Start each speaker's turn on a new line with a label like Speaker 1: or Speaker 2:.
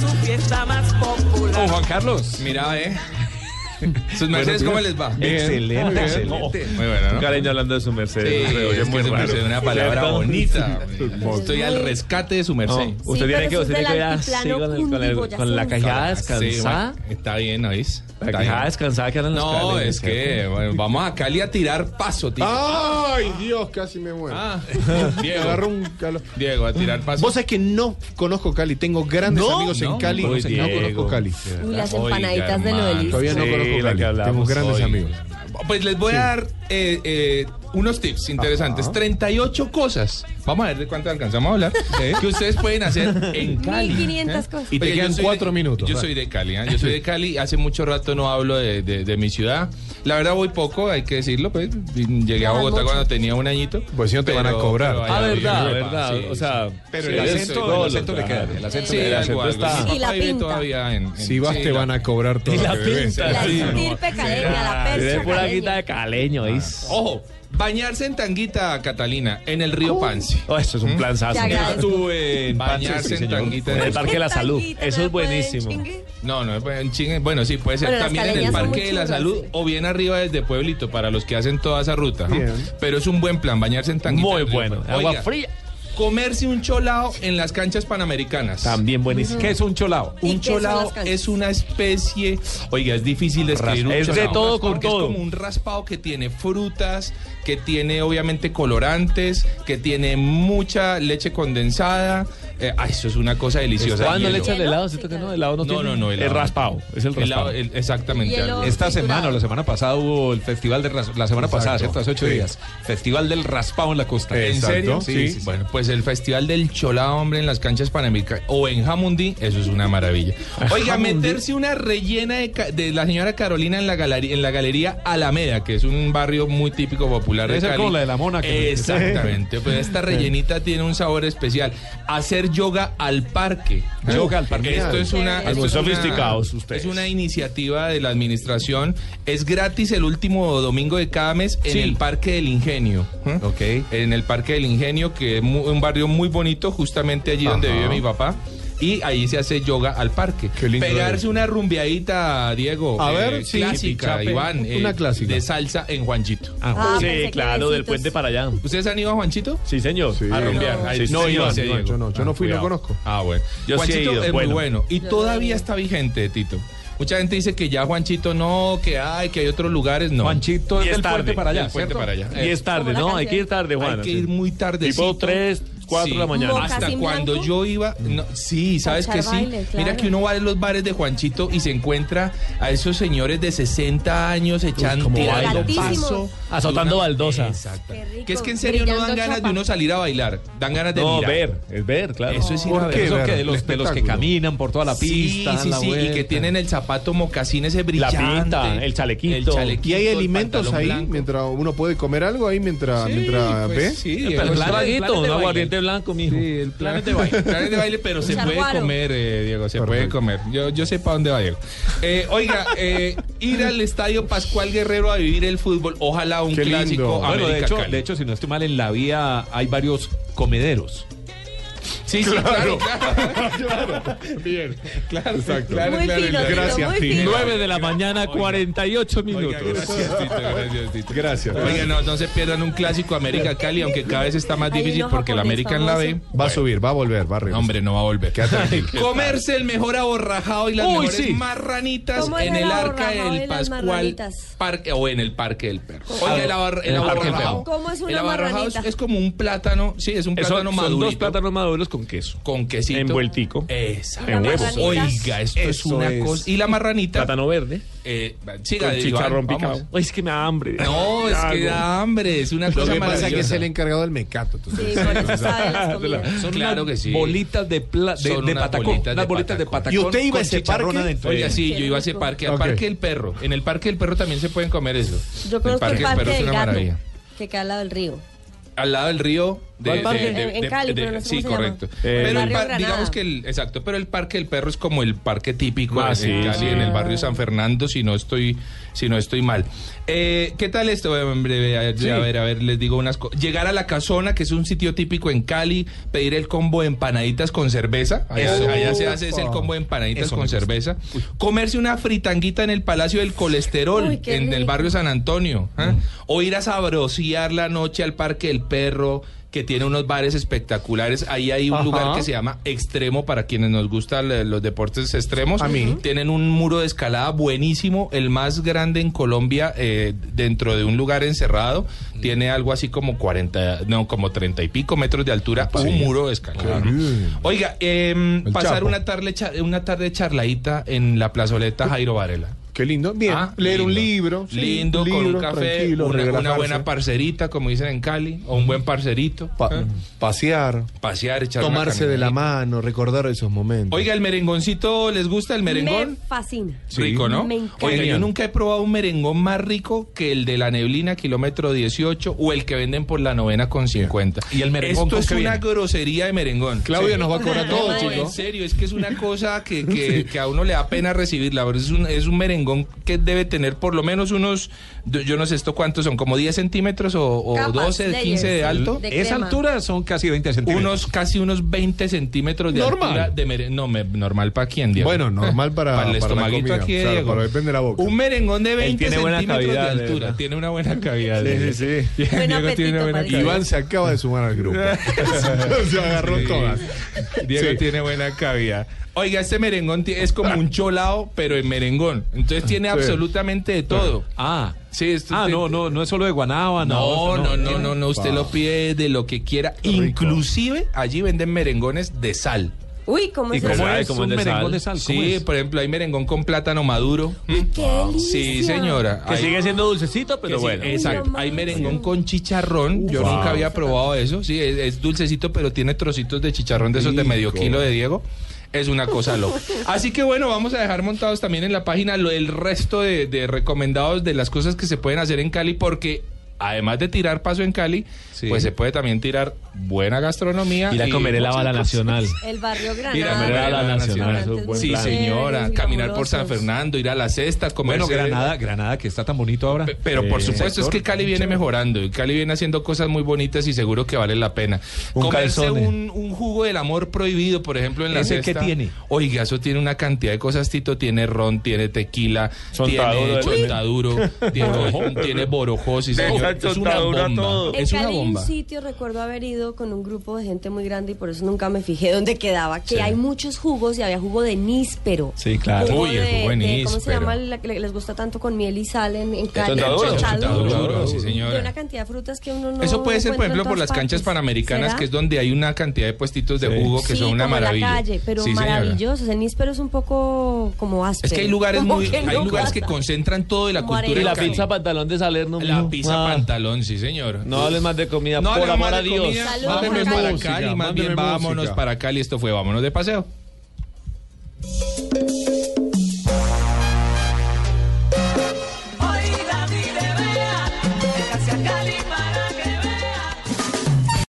Speaker 1: su fiesta más
Speaker 2: Don
Speaker 1: popular.
Speaker 2: Juan Carlos.
Speaker 3: Mira, eh. ¿Sus mercedes cómo les va?
Speaker 2: Bien, muy bien.
Speaker 3: Muy bueno, ¿no?
Speaker 2: Cariño hablando de su merced.
Speaker 3: Sí,
Speaker 2: se oye
Speaker 3: es
Speaker 2: muy
Speaker 3: que su
Speaker 2: raro.
Speaker 3: merced es una palabra
Speaker 2: Perdón.
Speaker 3: bonita.
Speaker 2: Supongo.
Speaker 3: Estoy al rescate de su
Speaker 2: No,
Speaker 3: merced.
Speaker 2: usted tiene
Speaker 4: pero
Speaker 2: que,
Speaker 4: eso
Speaker 2: usted
Speaker 4: es
Speaker 2: tiene que
Speaker 4: del
Speaker 2: ir así con, el- con el-
Speaker 4: altiplano
Speaker 2: con la cajada
Speaker 3: Sí,
Speaker 2: descansada.
Speaker 3: bueno, está bien, ¿oís?
Speaker 2: la
Speaker 3: Está
Speaker 2: cajada
Speaker 3: bien.
Speaker 2: descansada que eran los
Speaker 3: No,
Speaker 2: caleños,
Speaker 3: es que bueno, vamos a Cali a tirar paso,
Speaker 5: Ah,
Speaker 3: tío.
Speaker 5: Ay, Dios, casi me muero.
Speaker 3: Ah,
Speaker 5: Me
Speaker 3: Diego,
Speaker 5: agarró un calor.
Speaker 3: Diego, a tirar paso.
Speaker 5: Vos sabés que no conozco Cali, tengo grandes
Speaker 3: ¿No?
Speaker 5: amigos
Speaker 3: No,
Speaker 5: en Cali,
Speaker 2: uy,
Speaker 5: no
Speaker 2: Diego.
Speaker 5: conozco Cali.
Speaker 4: Uy, las
Speaker 3: Oiga,
Speaker 4: empanaditas de
Speaker 3: hermano.
Speaker 4: Noelis.
Speaker 5: Todavía no
Speaker 2: Sí,
Speaker 5: conozco
Speaker 2: la que
Speaker 5: Cali,
Speaker 2: hablamos
Speaker 5: tengo grandes
Speaker 2: hoy.
Speaker 5: amigos.
Speaker 3: Pues les voy a dar eh, eh, unos tips interesantes. 38 cosas. Vamos a ver de cuánto alcanzamos a hablar. Que ustedes pueden hacer en Cali. ¿eh?
Speaker 4: 1500 cosas.
Speaker 5: Y te
Speaker 3: Oye, yo
Speaker 5: quedan
Speaker 3: soy
Speaker 5: cuatro
Speaker 3: de-
Speaker 5: minutos.
Speaker 3: Yo soy de Cali, ¿eh? yo soy de Cali. Hace mucho rato no hablo de, de- de mi ciudad. La verdad voy poco, hay que decirlo. Pues. Llegué a
Speaker 4: Vas
Speaker 3: Bogotá
Speaker 4: mucho.
Speaker 3: cuando tenía un añito.
Speaker 5: Pues si no te van a cobrar.
Speaker 3: pero allá
Speaker 2: Ah,
Speaker 3: viví,
Speaker 2: verdad,
Speaker 3: papá,
Speaker 2: verdad.
Speaker 3: sí,
Speaker 2: o sea,
Speaker 3: Pero
Speaker 2: sí,
Speaker 3: el
Speaker 2: es
Speaker 3: acento- el
Speaker 2: todo
Speaker 6: acento
Speaker 2: lo
Speaker 6: le
Speaker 2: que-
Speaker 6: queda, el acento
Speaker 3: Sí,
Speaker 2: el
Speaker 3: algo,
Speaker 2: acento
Speaker 3: algo.
Speaker 2: está.
Speaker 3: Mi
Speaker 4: Y la
Speaker 3: papá vive
Speaker 4: pinta.
Speaker 3: todavía en- en-
Speaker 5: Si vas
Speaker 3: sí,
Speaker 5: te
Speaker 3: la-
Speaker 5: van a cobrar todo.
Speaker 2: Y
Speaker 5: lo
Speaker 2: la
Speaker 5: que debes.
Speaker 2: pinta.
Speaker 4: La
Speaker 2: sí.
Speaker 4: estirpe caleña, la
Speaker 2: Tiene
Speaker 4: percha
Speaker 2: pura guita
Speaker 4: caleña.
Speaker 2: de caleño, ¿oís?
Speaker 3: Ojo, bañarse en tanguita, Catalina, en el
Speaker 4: Uh.
Speaker 3: río Pance. eh,
Speaker 2: Oh, eso es un
Speaker 4: Te
Speaker 2: planzazo.
Speaker 4: agradezco.
Speaker 6: Estuve en Pancho,
Speaker 3: Bañarse
Speaker 6: sí,
Speaker 3: en
Speaker 6: señor.
Speaker 3: tanguita.
Speaker 2: En el parque de la
Speaker 4: Qué
Speaker 2: salud.
Speaker 4: tanguita,
Speaker 2: Eso
Speaker 4: no
Speaker 2: es
Speaker 4: pueden
Speaker 2: buenísimo. Ah,
Speaker 4: chingue.
Speaker 3: No, no, pues, en chingue- bueno, sí, puede ser
Speaker 4: Bueno, las
Speaker 3: también en el
Speaker 4: caleñas son
Speaker 3: Parque
Speaker 4: muy
Speaker 3: de la
Speaker 4: chungas,
Speaker 3: Salud
Speaker 4: sí.
Speaker 3: o bien arriba desde Pueblito para los que hacen toda esa ruta. ¿no?
Speaker 5: Bien.
Speaker 3: Pero es un buen plan bañarse en tanguita.
Speaker 2: Muy
Speaker 3: en el río
Speaker 2: bueno.
Speaker 3: Pance.
Speaker 2: Agua
Speaker 3: Oiga,
Speaker 2: fría.
Speaker 3: Comerse un cholao en las canchas panamericanas.
Speaker 2: También buenísimo.
Speaker 6: ¿Qué es un cholao?
Speaker 4: ¿Y
Speaker 3: Un
Speaker 4: qué son
Speaker 3: cholao
Speaker 4: las canchas?
Speaker 3: es una especie, oiga, es difícil describir un
Speaker 2: Es de
Speaker 3: cholao,
Speaker 2: todo con
Speaker 3: porque
Speaker 2: todo.
Speaker 3: Es como un raspado que tiene frutas, que tiene obviamente colorantes, que tiene mucha leche condensada. Eh, ay, eso es una cosa deliciosa.
Speaker 2: ¿Cuándo
Speaker 3: Hielo.
Speaker 2: le echan
Speaker 4: ¿Hielo?
Speaker 2: helado? ¿Cierto que no? Helado no
Speaker 3: No,
Speaker 2: tiene.
Speaker 3: no, no, helado
Speaker 2: Es
Speaker 3: no.
Speaker 2: raspado. Es el
Speaker 3: El-
Speaker 2: raspado.
Speaker 3: el- exactamente.
Speaker 4: Hielo.
Speaker 6: Esta
Speaker 4: Triturado.
Speaker 6: semana o la semana pasada hubo el festival del ras- la semana pasada, ¿cierto? Hace ocho días. Festival del raspado en la costa.
Speaker 3: ¿En serio?
Speaker 5: Exacto.
Speaker 6: Sí, sí, sí.
Speaker 3: Bueno, pues el Festival del Cholá, hombre, en las canchas panamericanas o en Jamundí, eso es una maravilla. Oiga, meterse una rellena de, ca- de la señora Carolina en la, galería, en la galería Alameda, que es un barrio muy típico popular de
Speaker 6: Debe ser
Speaker 3: Cali.
Speaker 6: como la de la Mona, que-
Speaker 3: Exactamente, pues esta rellenita tiene un sabor especial. Hacer yoga al parque.
Speaker 6: Yoga al parque.
Speaker 3: Esto es una... esto
Speaker 2: Algo
Speaker 3: es una-
Speaker 2: sofisticados ustedes.
Speaker 3: Es una iniciativa de la administración. Es gratis el último domingo de cada mes en
Speaker 6: Sí.
Speaker 3: el Parque del Ingenio. ¿Mm?
Speaker 6: Ok.
Speaker 3: en el Parque del Ingenio, que es mu- un barrio muy bonito, justamente allí donde
Speaker 6: Ajá.
Speaker 3: vive mi papá. Y ahí se hace yoga al parque.
Speaker 5: Qué lindo
Speaker 3: Pegarse
Speaker 5: es.
Speaker 3: una rumbeadita, Diego. eh,
Speaker 5: A ver, sí.
Speaker 3: clásica,
Speaker 5: Chape,
Speaker 3: Iván. eh,
Speaker 5: una clásica.
Speaker 3: De salsa en Juanchito.
Speaker 4: Ah, pensé
Speaker 2: Sí,
Speaker 4: que
Speaker 2: claro, del
Speaker 4: besitos.
Speaker 2: puente para allá.
Speaker 3: ¿Ustedes han ido a Juanchito?
Speaker 2: Sí, señor.
Speaker 5: Sí.
Speaker 2: A rumbear.
Speaker 4: No.
Speaker 2: Ahí sí,
Speaker 3: No,
Speaker 2: señor,
Speaker 3: Iván,
Speaker 2: sí,
Speaker 3: Iván,
Speaker 2: Diego.
Speaker 5: Yo no, yo no fui, no
Speaker 2: Cuidado.
Speaker 5: conozco.
Speaker 3: Ah, bueno.
Speaker 2: Yo sí he
Speaker 3: Juanchito
Speaker 2: ido,
Speaker 3: es
Speaker 2: bueno.
Speaker 3: muy bueno. Y
Speaker 4: Yo
Speaker 3: todavía
Speaker 4: también.
Speaker 3: está vigente, Tito. Mucha gente dice que ya Juanchito no, que hay, que hay otros lugares. No.
Speaker 6: Juanchito
Speaker 2: Y
Speaker 6: es
Speaker 2: es
Speaker 6: del
Speaker 2: tarde,
Speaker 6: puente para allá,
Speaker 3: del puente
Speaker 6: ¿cierto?
Speaker 3: para allá.
Speaker 2: Y es tarde,
Speaker 4: Como la
Speaker 2: ¿no? Eh, Hay
Speaker 4: canción.
Speaker 2: que ir tarde, Juan.
Speaker 3: Hay que ir muy tarde.
Speaker 2: Tipo 3, 4 de la mañana.
Speaker 4: Mocas
Speaker 3: Hasta
Speaker 4: en
Speaker 3: cuando
Speaker 4: blanco.
Speaker 3: yo iba, no, sí, sabes
Speaker 4: echar
Speaker 3: que sí.
Speaker 4: baile, claro.
Speaker 3: Mira que uno va a los bares de Juanchito y se encuentra a esos señores de 60 años echando
Speaker 2: cómo
Speaker 3: tirando
Speaker 4: bailan.
Speaker 3: paso,
Speaker 2: Azotando
Speaker 3: Una-
Speaker 2: baldosa.
Speaker 3: Exacto.
Speaker 4: Qué rico,
Speaker 3: Que es que en serio no dan
Speaker 4: brillando
Speaker 3: ganas
Speaker 4: chapa.
Speaker 3: de uno salir a bailar, dan ganas de
Speaker 2: No,
Speaker 3: mirar.
Speaker 2: ver. Es ver, claro.
Speaker 3: Eso es ir
Speaker 5: ¿Por
Speaker 3: a ver.
Speaker 5: qué
Speaker 3: Eso
Speaker 6: Eso
Speaker 5: ver?
Speaker 6: que de
Speaker 5: el
Speaker 6: los, de los que
Speaker 5: espectáculo.
Speaker 6: caminan por toda la
Speaker 3: Sí,
Speaker 6: pista, dan
Speaker 3: sí,
Speaker 6: la
Speaker 3: sí, y que
Speaker 6: vuelta.
Speaker 3: tienen el zapato mocasín ese brillante.
Speaker 2: pinta, el chalequito.
Speaker 3: El chalequito,
Speaker 5: Y hay
Speaker 3: el
Speaker 5: alimentos
Speaker 3: pantalón
Speaker 5: ahí
Speaker 3: blanco.
Speaker 5: mientras uno puede comer algo ahí mientras
Speaker 3: Sí,
Speaker 5: mientras
Speaker 3: pues
Speaker 5: ve.
Speaker 3: sí,
Speaker 2: Pero
Speaker 3: Diego,
Speaker 2: un
Speaker 3: es plan-
Speaker 2: traguito,
Speaker 3: planes
Speaker 2: un
Speaker 3: de baile.
Speaker 2: aguardiente blanco, mijo.
Speaker 3: Sí, el planes de baile. Planes de baile, pero se puede
Speaker 4: Charguaro.
Speaker 3: comer, eh, Diego, se puede comer. Yo, yo sé para dónde va Diego. Eh, oiga, eh, ir al estadio Pascual Guerrero a vivir el fútbol. Ojalá un
Speaker 5: Qué lindo.
Speaker 3: clásico.
Speaker 5: Bueno,
Speaker 6: Bueno,
Speaker 3: América
Speaker 6: de hecho,
Speaker 3: Cali.
Speaker 6: de hecho, si no estoy mal, en la vía hay varios comederos.
Speaker 3: sí, sí, claro, claro.
Speaker 5: Bien.
Speaker 3: Claro,
Speaker 5: Exacto.
Speaker 3: claro,
Speaker 4: Muy
Speaker 3: claro,
Speaker 4: fino,
Speaker 3: claro.
Speaker 4: Tito, muy fino.
Speaker 2: 9 de la mañana, 48
Speaker 3: Oiga,
Speaker 2: minutos.
Speaker 3: gracias, Tito, gracias, Tito.
Speaker 5: Gracias.
Speaker 3: Oiga, no, no se pierdan un clásico América Cali, aunque cada vez está más
Speaker 4: Hay un
Speaker 3: difícil
Speaker 4: ojo
Speaker 3: porque el
Speaker 4: japonés
Speaker 3: América en la B.
Speaker 4: famoso.
Speaker 5: Va a subir, va a volver, va a
Speaker 3: No,
Speaker 5: regresar.
Speaker 3: hombre, no va a volver. Comerse el mejor aborrajado y las
Speaker 2: Uy,
Speaker 3: mejores
Speaker 2: sí.
Speaker 3: marranitas
Speaker 4: ¿Cómo
Speaker 3: en
Speaker 4: era
Speaker 3: el
Speaker 4: el
Speaker 3: arca
Speaker 4: aborrajado y
Speaker 3: del
Speaker 4: las
Speaker 3: Pascual
Speaker 4: marranitas?
Speaker 3: parque, o en el Parque del Perro. Oiga, el, abor- el
Speaker 2: En el Parque del
Speaker 3: aborrajado.
Speaker 2: Perro.
Speaker 4: ¿Cómo es una
Speaker 3: el aborrajado es-
Speaker 4: marranita?
Speaker 3: es como un plátano, sí, es un
Speaker 2: Eso-
Speaker 3: plátano
Speaker 2: son
Speaker 3: maduro
Speaker 2: dos plátanos maduros con queso.
Speaker 3: con quesito.
Speaker 2: Envueltico.
Speaker 3: Eh, Exacto.
Speaker 2: En huevos.
Speaker 3: Oiga, esto es
Speaker 6: Eso
Speaker 3: una
Speaker 6: es.
Speaker 3: cosa. Y la marranita.
Speaker 2: Plátano verde.
Speaker 3: eh, siga,
Speaker 2: Con
Speaker 3: Iván,
Speaker 2: chicharrón
Speaker 3: vamos.
Speaker 2: picado. Ay, Es que me da hambre.
Speaker 3: No, es que da hambre, es una
Speaker 5: Lo
Speaker 3: cosa
Speaker 5: que pasa es que es
Speaker 3: maravillosa.
Speaker 5: el encargado del mecato. entonces-
Speaker 4: Sí, por eso saben las comidas.
Speaker 6: Son
Speaker 3: Claro
Speaker 6: unas
Speaker 3: que sí.
Speaker 6: Bolitas de, pla- de,
Speaker 3: Son
Speaker 6: de
Speaker 3: unas
Speaker 6: patacón.
Speaker 3: bolitas de
Speaker 6: unas bolitas de
Speaker 3: patacón.
Speaker 6: patacón.
Speaker 5: ¿Y usted iba
Speaker 6: con
Speaker 5: a ese
Speaker 6: chicharrón
Speaker 5: parque?
Speaker 6: adentro.
Speaker 3: Oiga, sí,
Speaker 4: Qué
Speaker 3: yo iba a ese
Speaker 4: rico.
Speaker 3: parque, al
Speaker 5: Ok.
Speaker 3: Parque del Perro. En el Parque del Perro también se pueden comer eso.
Speaker 4: Yo conozco el
Speaker 3: del
Speaker 4: parque
Speaker 3: Perro es
Speaker 4: del
Speaker 3: una
Speaker 4: gato,
Speaker 3: maravilla.
Speaker 4: que queda al lado del río.
Speaker 3: Al lado del río de-
Speaker 2: ¿Cuál
Speaker 3: de-
Speaker 2: parque?
Speaker 3: de-
Speaker 4: En
Speaker 3: de-
Speaker 4: Cali,
Speaker 3: de-
Speaker 4: pero no sé
Speaker 3: sí,
Speaker 4: cómo se
Speaker 3: correcto.
Speaker 2: Eh,
Speaker 4: llama.
Speaker 3: pero el
Speaker 4: Barrio
Speaker 3: par-
Speaker 4: Granada.
Speaker 3: digamos que el, exacto, pero el parque del perro es como el parque típico
Speaker 2: Ah,
Speaker 3: en-
Speaker 2: sí,
Speaker 3: en Cali,
Speaker 2: sí.
Speaker 3: en el barrio San Fernando, si no estoy, si no estoy mal. Eh, ¿Qué tal esto? Hombre, a, ver, a ver, a ver, les digo unas cosas. Llegar a la casona, que es un sitio típico en Cali, pedir el combo de empanaditas con cerveza. Allá,
Speaker 5: Eso.
Speaker 3: allá se hace es el combo de empanaditas con cerveza. Comerse una fritanguita en el Palacio del Colesterol,
Speaker 4: Uy, qué
Speaker 3: en el
Speaker 4: rico.
Speaker 3: barrio San Antonio. ¿ah?
Speaker 5: Mm.
Speaker 3: O ir a sabrosear la noche al Parque del Perro, que tiene unos bares espectaculares. Ahí hay un lugar que se llama Extremo, para quienes nos gustan eh, los deportes extremos.
Speaker 5: A mí.
Speaker 3: Tienen un muro de escalada buenísimo, el más grande en Colombia, eh, dentro de un lugar encerrado. Tiene algo así como 40, no, como 30 y pico metros de altura, un muro de escalada. ¿no?
Speaker 5: Pues bien.
Speaker 3: Oiga, em,
Speaker 5: El
Speaker 3: pasar
Speaker 5: Chapo.
Speaker 3: una tarde, cha- una tarde charladita en la plazoleta Jairo Varela.
Speaker 5: Qué lindo. Bien.
Speaker 3: Ah,
Speaker 5: Leer un
Speaker 3: lindo.
Speaker 5: libro. sí,
Speaker 3: lindo, con
Speaker 5: libro,
Speaker 3: un café,
Speaker 5: tranquilo,
Speaker 3: una, una
Speaker 5: relajarse.
Speaker 3: buena parcerita, como dicen en Cali, o un buen parcerito. ¿Eh?
Speaker 5: Pa- pasear,
Speaker 3: Pasear, echar una
Speaker 5: tomarse de la
Speaker 3: caminadita.
Speaker 5: mano, recordar esos momentos.
Speaker 3: Oiga, ¿el merengoncito les gusta el merengón?
Speaker 4: Me fascina.
Speaker 5: Sí.
Speaker 3: Rico, ¿no?
Speaker 4: Me encanta.
Speaker 3: Oiga, yo nunca he probado un merengón más rico que el de la neblina, kilómetro 18, o el que venden por la novena con 50.
Speaker 6: ¿Y el merengón
Speaker 3: Esto
Speaker 6: con
Speaker 3: es
Speaker 6: qué
Speaker 3: una
Speaker 6: viene?
Speaker 3: grosería de merengón.
Speaker 5: Claudia
Speaker 3: Sí.
Speaker 5: nos va a cobrar todo,
Speaker 3: No, en
Speaker 5: chicos.
Speaker 3: serio, es que es una cosa que, que- que a uno le da pena recibirla. pero Es un, es un merengón que debe tener por lo menos unos, do- yo no sé esto cuántos son, como 10 centímetros o, o
Speaker 4: Capas,
Speaker 3: 12,
Speaker 4: layers.
Speaker 3: 15 de alto.
Speaker 4: De
Speaker 6: Esa
Speaker 4: crema.
Speaker 6: altura son casi 20 centímetros.
Speaker 3: Unos casi unos 20 centímetros de
Speaker 5: Normal.
Speaker 3: altura de mere- No, me- normal para quién, Diego.
Speaker 5: Bueno, normal para,
Speaker 3: Para el
Speaker 5: para la
Speaker 3: estomaguito
Speaker 5: comida.
Speaker 3: aquí de
Speaker 5: Claro,
Speaker 3: Diego.
Speaker 5: para- depende de la boca.
Speaker 3: Un merengón de 20
Speaker 2: tiene buena
Speaker 3: centímetros
Speaker 2: cavidad,
Speaker 3: de altura.
Speaker 2: ¿verdad?
Speaker 3: Tiene una buena cavidad.
Speaker 5: Sí,
Speaker 3: Diego.
Speaker 5: sí, sí.
Speaker 3: Diego tiene
Speaker 4: apetito
Speaker 3: una buena
Speaker 4: para el
Speaker 3: cavidad.
Speaker 5: Iván se acaba de sumar al grupo. se agarró
Speaker 3: Sí.
Speaker 5: todas.
Speaker 3: Diego
Speaker 5: Sí.
Speaker 3: tiene buena cavidad. Oiga, este merengón ti- es como un cholao, pero en merengón. Entonces tiene
Speaker 5: Sí.
Speaker 3: absolutamente de todo.
Speaker 2: Ah,
Speaker 3: Sí, esto
Speaker 2: ah
Speaker 3: te-
Speaker 2: no, no, no es solo de guanábana.
Speaker 3: No, no,
Speaker 2: otro,
Speaker 3: no, no, no, usted lo pide de lo que quiera.
Speaker 5: rico.
Speaker 3: Inclusive allí venden merengones de sal.
Speaker 4: Uy, ¿cómo
Speaker 2: ¿Y
Speaker 4: es
Speaker 2: cómo es?
Speaker 4: eso? Ay,
Speaker 2: ¿Cómo un es de merengón sal?
Speaker 3: Sí,
Speaker 2: ¿Cómo es?
Speaker 3: por ejemplo, hay merengón con plátano maduro.
Speaker 4: ¡Qué delicia!
Speaker 3: Sí, señora.
Speaker 2: Que
Speaker 3: Hay-
Speaker 2: sigue siendo dulcecito, pero
Speaker 3: que sí,
Speaker 2: bueno.
Speaker 3: exacto.
Speaker 4: Uy,
Speaker 3: Hay
Speaker 4: mamá.
Speaker 3: merengón con chicharrón. Yo
Speaker 2: Wow.
Speaker 3: nunca había probado eso. Sí, es, es dulcecito, pero tiene trocitos de chicharrón de esos de medio
Speaker 5: Rico.
Speaker 3: kilo de Diego. Es una cosa loca. Así que bueno, vamos a dejar montados también en la página lo, el resto de, de recomendados de las cosas que se pueden hacer en Cali, porque además de tirar paso en Cali,
Speaker 6: Sí.
Speaker 3: pues se puede también tirar buena gastronomía.
Speaker 2: Ir a comer el
Speaker 3: muchas
Speaker 2: Ava a la
Speaker 3: cosas.
Speaker 2: Nacional.
Speaker 4: El barrio Granada.
Speaker 3: Ir a
Speaker 2: Comer
Speaker 3: comer
Speaker 2: a la
Speaker 3: la
Speaker 2: Nacional.
Speaker 3: Nacional.
Speaker 2: es un buen
Speaker 3: Sí,
Speaker 2: plan.
Speaker 3: señora.
Speaker 4: Chéveres,
Speaker 3: Caminar por San
Speaker 4: glamurosos.
Speaker 3: Fernando, ir a la cesta, comer.
Speaker 6: Bueno, Granada, Granada que está tan bonito ahora.
Speaker 3: Pe- Pero
Speaker 2: Eh,
Speaker 3: por supuesto es que Cali viene mejorando y Cali viene haciendo cosas muy bonitas y seguro que vale la pena.
Speaker 2: Un
Speaker 3: Comerse
Speaker 2: calzone.
Speaker 3: un, un jugo del amor prohibido, por ejemplo, en la
Speaker 2: ¿Ese
Speaker 3: cesta.
Speaker 2: qué tiene?
Speaker 3: Oiga, eso tiene una cantidad de cosas, Tito. Tiene ron, tiene tequila,
Speaker 2: Chontaduro
Speaker 3: tiene
Speaker 2: de-
Speaker 3: chontaduro, tiene, tiene borojó, sí, señor.
Speaker 2: Deja
Speaker 3: Es una
Speaker 2: chontadura
Speaker 3: bomba.
Speaker 2: todo.
Speaker 4: En
Speaker 3: Es una
Speaker 4: Cali hay un
Speaker 3: bomba.
Speaker 4: sitio recuerdo haber ido con un grupo de gente muy grande y por eso nunca me fijé dónde quedaba, que hay muchos jugos y había jugo de níspero.
Speaker 2: Sí, claro.
Speaker 4: Jugo
Speaker 3: Uy, el
Speaker 4: de-
Speaker 3: jugo de
Speaker 4: de- ¿Cómo se
Speaker 3: níspero.
Speaker 4: llama? la que le- les gusta tanto con miel y sal en, en Cali.
Speaker 2: chontaduro.
Speaker 4: Chontaduro.
Speaker 3: Chontaduro, sí,
Speaker 4: Y
Speaker 3: señora.
Speaker 4: una cantidad de frutas que uno no
Speaker 3: Eso puede ser, por
Speaker 4: encuentra en
Speaker 3: ejemplo, por
Speaker 4: todas
Speaker 3: las canchas
Speaker 4: partes.
Speaker 3: panamericanas,
Speaker 4: ¿Será?
Speaker 3: que es donde hay una cantidad de puestitos de
Speaker 2: Sí.
Speaker 3: jugo que
Speaker 4: Sí,
Speaker 3: son una
Speaker 4: como en
Speaker 3: maravilla.
Speaker 4: la calle, pero
Speaker 3: Sí, señora.
Speaker 4: maravilloso. O sea, el níspero es un poco como áspero.
Speaker 3: Es que hay lugares
Speaker 4: Como
Speaker 3: muy,
Speaker 4: que
Speaker 3: hay
Speaker 4: no
Speaker 3: lugares que
Speaker 4: pasa.
Speaker 3: concentran todo de la
Speaker 4: Como
Speaker 3: cultura.
Speaker 2: Y
Speaker 4: arena.
Speaker 2: la
Speaker 3: del Cali.
Speaker 2: pizza pantalón de Salerno.
Speaker 3: La
Speaker 2: no,
Speaker 3: pizza
Speaker 2: ah,
Speaker 3: pantalón, sí, señor.
Speaker 2: No hables más de comida,
Speaker 3: No
Speaker 2: por
Speaker 3: hablemos
Speaker 2: amor
Speaker 3: más
Speaker 2: a
Speaker 3: de
Speaker 2: Dios.
Speaker 3: comida,
Speaker 4: Salud,
Speaker 3: vámonos
Speaker 4: Juan
Speaker 3: para
Speaker 5: Carlos.
Speaker 3: Cali,
Speaker 5: Música,
Speaker 3: más bien
Speaker 5: mándeme
Speaker 3: vámonos
Speaker 5: música.
Speaker 3: para Cali. Esto fue Vámonos de Paseo.